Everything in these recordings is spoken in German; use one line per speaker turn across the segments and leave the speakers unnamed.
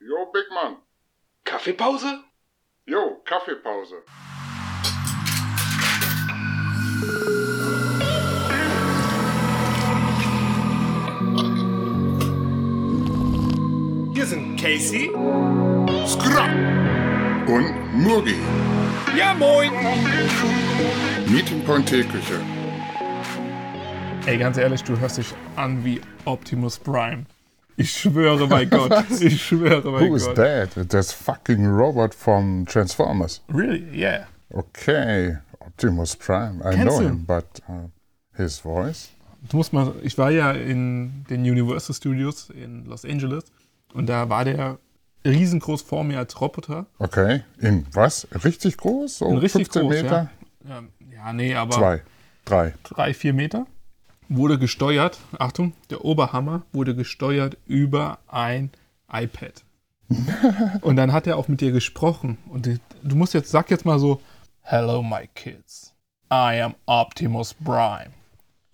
Jo, Big Mann.
Kaffeepause?
Jo, Kaffeepause.
Hier sind Casey.
Und Murgi.
Ja, moin.
Meeting Point Teeküche.
Ey, ganz ehrlich, du hörst dich an wie Optimus Prime. Ich schwöre bei Gott. Ich schwöre bei
Who is
Gott.
that? That's fucking Robot from Transformers.
Really? Yeah.
Okay, Optimus Prime. I
Kennst
know
du?
him, but uh, his voice.
Du musst mal, ich war ja in den Universal Studios in Los Angeles und da war der riesengroß vor mir als Roboter.
Okay, in was? Richtig groß? So
Ein richtig
Oh, 15
groß,
Meter?
ja. Ähm, Ja, nee, aber
Zwei, drei.
drei, vier Meter. Wurde gesteuert, Achtung, der Oberhammer wurde gesteuert über ein iPad. und dann hat er auch mit dir gesprochen. Und die- du musst jetzt, sag jetzt mal so, Hello my kids, I am Optimus Prime.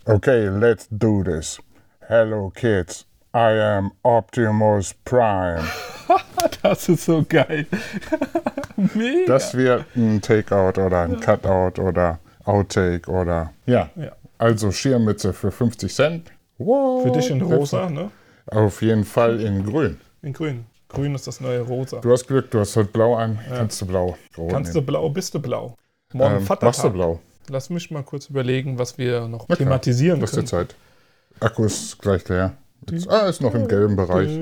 Okay, let's do this. Hello, kids. I am Optimus Prime.
Das ist so geil. Mega.
Das wird ein Takeout oder ein Cutout oder Outtake oder. Ja.
Ja.
Also Schirmmütze für 50 Cent. Wow.
Für dich in rosa, ne?
Auf jeden Fall in grün.
In grün. Grün ist das neue rosa.
Du hast Glück, du hast heute blau an. Kannst du blau. Rot
Kannst du
nehmen.
blau, bist du blau. Morgen
ähm,
Vatertag.
Machst du blau.
Lass mich mal kurz überlegen, was wir noch
klar.
thematisieren
Du hast ja
können.
Zeit. Akku ist gleich leer. Jetzt, ah, ist noch im gelben Bereich.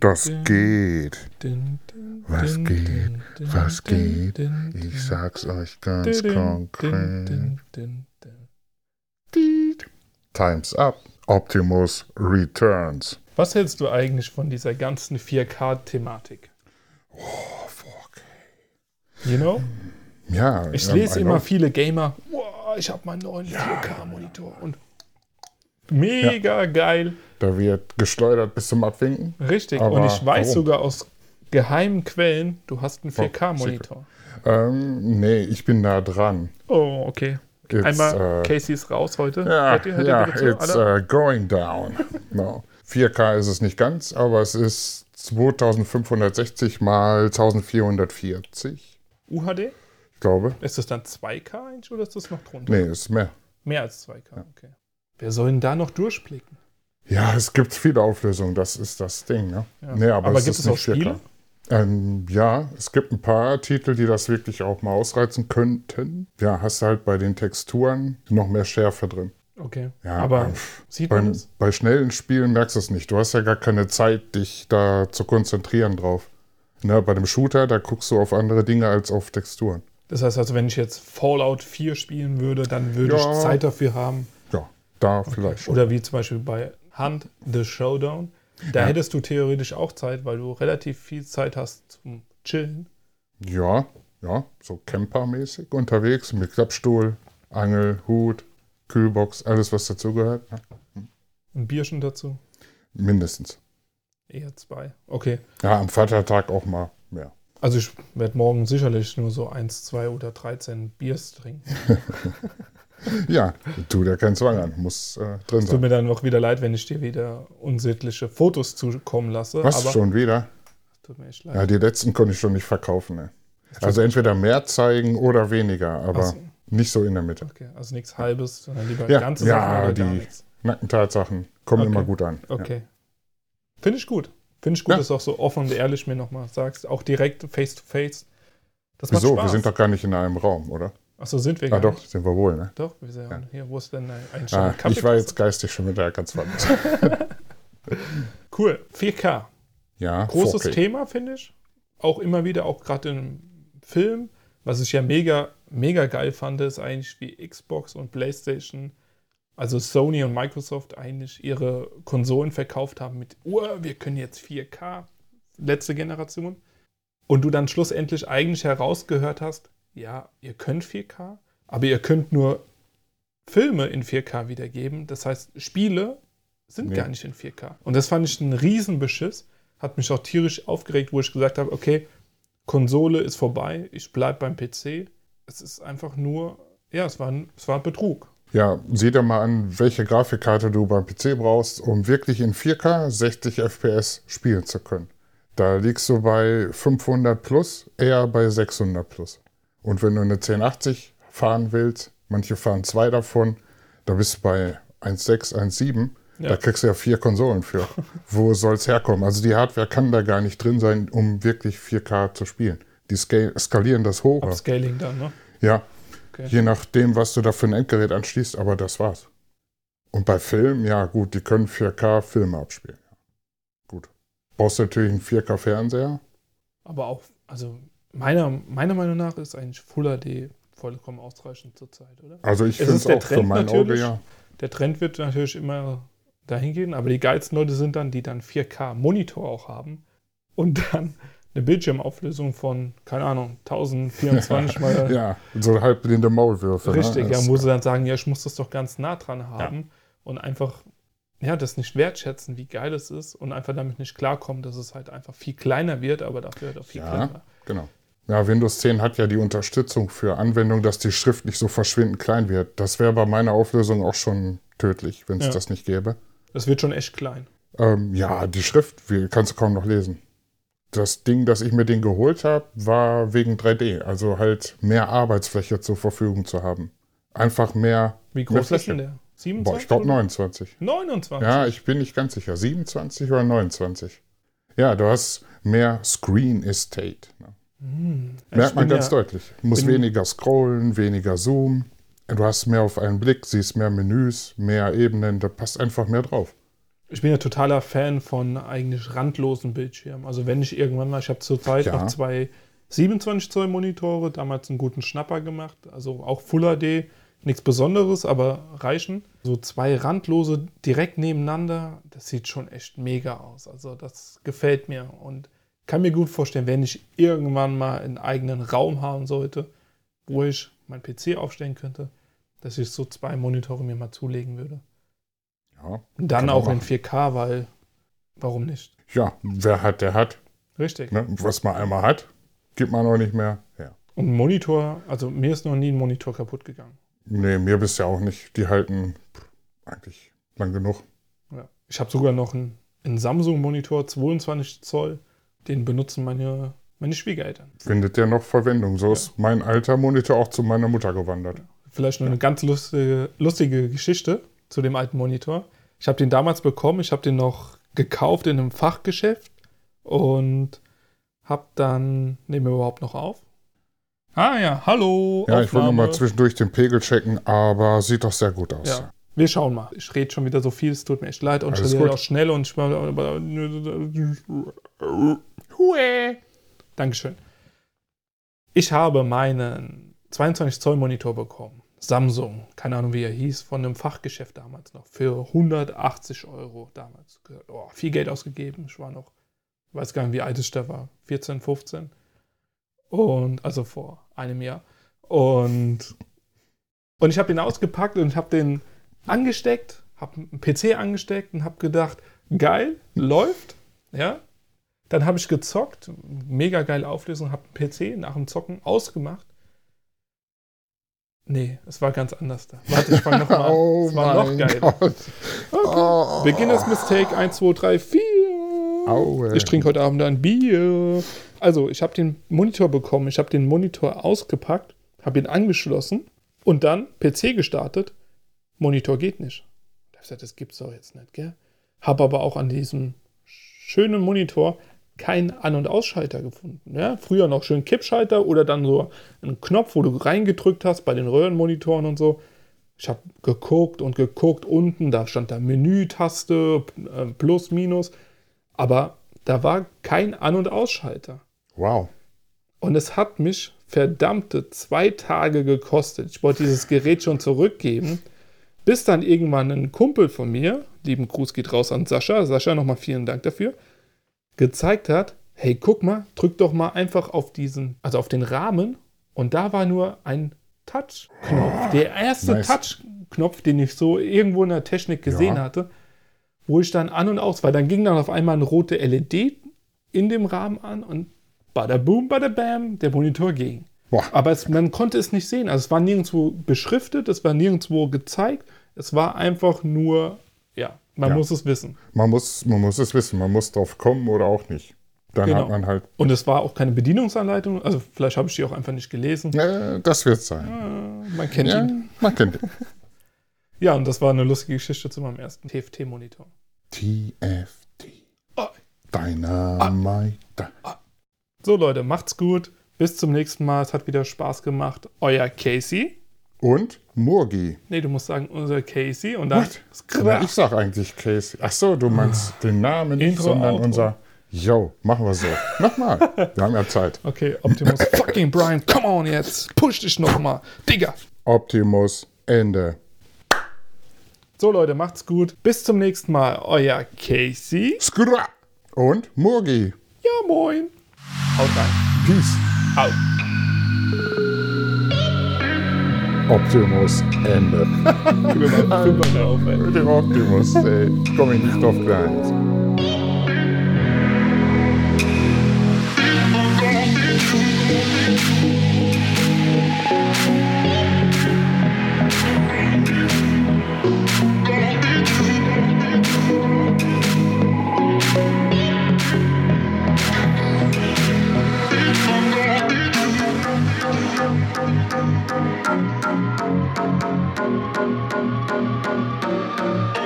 Das geht.
Din, din,
Was
din,
geht?
din, din,
Was
din,
geht?
din, din,
Ich sag's euch
din,
ganz
din,
konkret.
din, din, din.
Time's up. Optimus returns.
Was hältst du eigentlich von dieser ganzen 4K-Thematik?
Oh, fuck.
You know?
Ja,
Ich
ähm,
lese
I
immer
know.
viele Gamer, wow, ich habe meinen neuen 4K-Monitor und mega geil.
Da wird geschleudert bis zum Abwinken.
Richtig.
Aber
und ich weiß
warum?
sogar aus geheimen Quellen, du hast einen 4K-Monitor.
Ähm, nee, ich bin nah dran.
Oh, okay.
It's,
Einmal
äh,
Casey ist raus heute.
Ja,
Hört ihr- hört ihr
ja,
bitte zu,
it's
alle?
uh, going down. No. 4K ist es nicht ganz, aber es ist 2560 mal 1440,
UHD?
ich glaube.
Ist das dann 2K eigentlich oder ist das noch drunter?
Nee, ist mehr.
Mehr als 2K, okay. Wer soll denn da noch durchblicken?
Ja, es gibt viele Auflösungen, das ist das Ding. Ne? Nee, aber, es
gibt
ist
es auch
nicht 4K.
Spiele?
Ähm, ja, es gibt ein paar Titel, die das wirklich auch mal ausreizen könnten. Ja, hast du halt bei den Texturen noch mehr Schärfe drin.
Okay.
Ja,
aber
ähm,
sieht man
Beim,
das?
bei schnellen Spielen merkst du es nicht. Du hast ja gar keine Zeit, dich da zu konzentrieren drauf. Na, bei dem Shooter, da guckst du auf andere Dinge als auf Texturen.
Das heißt also, wenn ich jetzt Fallout 4 spielen würde, dann würde
Ja.
ich Zeit dafür haben.
Ja, da vielleicht schon.
Oder wie zum Beispiel bei Hunt the Showdown. Da hättest du theoretisch auch Zeit, weil du relativ viel Zeit hast zum Chillen.
Ja, ja, so Camper-mäßig unterwegs mit Klappstuhl, Angel, Hut, Kühlbox, alles, was dazugehört. ne?
Ein Bierchen dazu.
Mindestens.
Eher zwei. Okay.
Ja, am Vatertag auch mal mehr.
Also ich werde morgen sicherlich nur so 1, 2 oder 13 Biers trinken.
Ja, tu dir keinen Zwang an, muss äh, drin
Tut
sein.
mir dann auch wieder leid, wenn ich dir wieder unsittliche Fotos zukommen lasse.
Was
aber
schon wieder?
Tut mir echt leid.
Ja, die letzten konnte ich schon nicht verkaufen. Ne? Also entweder mehr zeigen oder weniger, aber
Ach so.
nicht so in der Mitte.
Also, Okay, also nichts Halbes, sondern lieber
Ja,
ganze
ja,
Sachen oder gar
die-
nichts.
Nackten Tatsachen kommen
Okay.
immer gut an.
Okay. Finde ich gut. Finde ich gut,
Ja.
dass du auch so offen und ehrlich mir nochmal sagst. Auch direkt face to face. Das macht
Wieso?
Spaß.
Wir sind doch gar nicht in einem Raum, oder?
Achso, sind wir
Ah
gar
doch,
nicht.
sind wir wohl, ne?
Doch, wir sind hier. Wo ist denn ein
Ah,
schöner
ich war jetzt geistig schon wieder ganz woanders.
Cool. 4K.
Ja,
Großes
4K.
Thema, finde ich. Auch immer wieder, auch gerade im Film. Was ich ja mega, mega geil fand, ist eigentlich wie Xbox und PlayStation, also Sony und Microsoft eigentlich ihre Konsolen verkauft haben mit, oh, wir können jetzt 4K, letzte Generation. Und du dann schlussendlich eigentlich herausgehört hast, ja, ihr könnt 4K, aber ihr könnt nur Filme in 4K wiedergeben. Das heißt, Spiele sind
Nee.
gar nicht in 4K. Und das fand ich einen Riesenbeschiss. Hat mich auch tierisch aufgeregt, wo ich gesagt habe, okay, Konsole ist vorbei, ich bleibe beim PC. Es ist einfach nur, ja, es war ein, es war ein Betrug.
Ja, sieh dir mal an, welche Grafikkarte du beim PC brauchst, um wirklich in 4K 60 FPS spielen zu können. Da liegst du bei 500 plus, eher bei 600 plus. Und wenn du eine 1080 fahren willst, manche fahren zwei davon, da bist du bei 1,6, 1,7.
Ja.
Da kriegst du ja vier Konsolen für. Wo soll's herkommen? Also die Hardware kann da gar nicht drin sein, um wirklich 4K zu spielen. Die sca- skalieren das hoch.
Upscaling dann, ne?
Ja.
Okay.
Je nachdem, was du da für ein Endgerät anschließt, aber das war's. Und bei Film, ja gut, die können 4K Filme abspielen. Gut. Brauchst natürlich einen 4K Fernseher.
Aber auch, also meiner, meiner Meinung nach ist eigentlich Full HD vollkommen ausreichend zurzeit, oder?
Also ich
Es
finde
ist
es
der
auch für
Trend
mein Auge,
natürlich.
ja.
Der Trend wird natürlich immer dahin gehen, aber die geilsten Leute sind dann, die dann 4K-Monitor auch haben und dann eine Bildschirmauflösung von, keine Ahnung, 1024 mal.
Ja, so halb in den Maulwürfe.
Richtig,
ne?
ja,
Ist-
wo sie dann sagen, ja, ich muss das doch ganz nah dran haben und einfach, ja, das nicht wertschätzen, wie geil es ist und einfach damit nicht klarkommen, dass es halt einfach viel kleiner wird, aber dafür halt auch viel
ja,
kleiner.
genau. Ja, Windows 10 hat ja die Unterstützung für Anwendungen, dass die Schrift nicht so verschwindend klein wird. Das wäre bei meiner Auflösung auch schon tödlich, wenn es
Ja.
das nicht gäbe.
Das wird schon echt klein.
Ähm, ja, die Schrift wie- kannst du kaum noch lesen. Das Ding, das ich mir den geholt habe, war wegen 3D, also halt mehr Arbeitsfläche zur Verfügung zu haben. Einfach mehr.
Wie
mehr
groß ist denn
Fläche.
der? 27?
Boah, ich glaube
oder?
29.
29.
Ja, ich bin nicht ganz sicher. 27 oder 29? Ja, du hast mehr Screen Estate. Ne?
Ja, Also ich
Merkt man
bin
ganz
ja,
deutlich. Du musst
bin-
weniger scrollen, weniger zoomen. Du hast mehr auf einen Blick, siehst mehr Menüs, mehr Ebenen. Da passt einfach mehr drauf.
Ich bin ja totaler Fan von eigentlich randlosen Bildschirmen. Also wenn ich irgendwann mal, ich habe zurzeit
Ja.
noch zwei 27 Zoll Monitore, damals einen guten Schnapper gemacht, also auch Full HD, nichts Besonderes, aber reichen. So zwei randlose direkt nebeneinander, das sieht schon echt mega aus. Also das gefällt mir und kann mir gut vorstellen, wenn ich irgendwann mal einen eigenen Raum haben sollte, wo ich mein PC aufstellen könnte, dass ich so zwei Monitore mir mal zulegen würde.
Ja,
Und
Kann
dann
man
auch in 4K, weil warum nicht?
ja wer hat, der hat.
Richtig.
Ne? Was man einmal hat, gibt man auch nicht mehr. Ja.
Und ein Monitor, also mir ist noch nie ein Monitor kaputt gegangen.
Nee, mir bist ja auch nicht. Die halten pff, eigentlich lang genug.
Ja. Ich habe sogar noch einen, einen Samsung-Monitor, 22 Zoll, den benutzen meine, meine Schwiegereltern.
Findet ja noch Verwendung. So ist mein alter Monitor auch zu meiner Mutter gewandert.
Vielleicht noch eine ganz lustige, lustige Geschichte zu dem alten Monitor. Ich habe den damals bekommen, ich habe den noch gekauft in einem Fachgeschäft und habe dann, nehmen wir überhaupt noch auf? Ah ja, hallo.
Ja, ich will nur
Aufnahme.
mal zwischendurch den Pegel checken, aber sieht doch sehr gut aus.
Ja. Wir schauen mal. Ich rede schon wieder so viel, es tut mir echt leid und
Alles
ich rede
gut.
auch schnell und ich Hue. Dankeschön. Ich habe meinen 22 Zoll Monitor bekommen. Samsung, keine Ahnung wie er hieß, von einem Fachgeschäft damals noch für 180 Euro damals. Oh, viel Geld ausgegeben. Ich war noch, weiß gar nicht, wie alt ich da war, 14, 15. Und also vor einem Jahr. Und, und ich habe den ausgepackt und habe den angesteckt, habe einen PC angesteckt und habe gedacht, geil, läuft. Ja. Dann habe ich gezockt, mega geile Auflösung, habe einen PC nach dem Zocken ausgemacht. Nee, es war ganz anders da. Warte, ich fange nochmal an.
Oh
es war noch
mein
geiler.
Gott.
Okay.
Oh.
Beginners Mistake 1, 2, 3, 4.
Aue.
Ich trinke heute Abend ein Bier. Also, ich habe den Monitor bekommen. Ich habe den Monitor ausgepackt, habe ihn angeschlossen und dann PC gestartet. Monitor geht nicht. Da hab ich gesagt, das gibt's doch jetzt nicht, gell? Hab aber auch an diesem schönen Monitor keinen An- und Ausschalter gefunden. Ja? Früher noch schön Kippschalter oder dann so einen Knopf, wo du reingedrückt hast bei den Röhrenmonitoren und so. Ich habe geguckt und geguckt unten, da stand da Menütaste, p- äh, Plus, Minus, aber da war kein An- und Ausschalter.
Wow.
Und es hat mich verdammte zwei Tage gekostet. Ich wollte dieses Gerät schon zurückgeben, bis dann irgendwann ein Kumpel von mir, lieben Gruß geht raus an Sascha, Sascha nochmal vielen Dank dafür, gezeigt hat, hey, guck mal, drück doch mal einfach auf diesen, also auf den Rahmen und da war nur ein Touch-Knopf. Der erste
Nice.
Touch-Knopf, den ich so irgendwo in der Technik gesehen
Ja.
hatte, wo ich dann an und aus, weil dann ging dann auf einmal eine rote LED in dem Rahmen an und bada boom, bada bam, der Monitor ging.
Boah.
Aber es, man konnte es nicht sehen. Also es war nirgendwo beschriftet, es war nirgendwo gezeigt. Es war einfach nur, ja, man
Ja.
muss es wissen.
Man muss, man muss es wissen, man muss drauf kommen oder auch nicht. Dann
Genau.
hat man halt,
Und es war auch keine Bedienungsanleitung, also vielleicht habe ich die auch einfach nicht gelesen.
äh, das wird sein.
Man kennt
Ja,
ihn.
man kennt ihn.
Ja, und das war eine lustige Geschichte zu meinem ersten TFT-Monitor.
TFT.
Oh.
Dynamite.
So Leute, macht's gut. Bis zum nächsten Mal. Es hat wieder Spaß gemacht. Euer Casey.
Und Murgi.
Nee, du musst sagen, unser Casey. Und dann.
What? Na, ich sag eigentlich Casey. Ach so, du meinst den Namen nicht,
Ah. Intro,
sondern
Outro.
unser. Yo, machen wir so. Nochmal. Wir haben ja Zeit.
Okay, Optimus. Fucking Brian, come on jetzt. Push dich nochmal. Digga.
Optimus, Ende.
So Leute, macht's gut. Bis zum nächsten Mal. Euer Casey.
Skra. Und Murgi.
Ja, moin. Haut rein.
Peace.
Out.
Optimus, Ende.
Fünfer
Ähm,
Fünfer drauf, ey.
Mit dem Optimus, ey. Komm ich nicht drauf klar.
Thank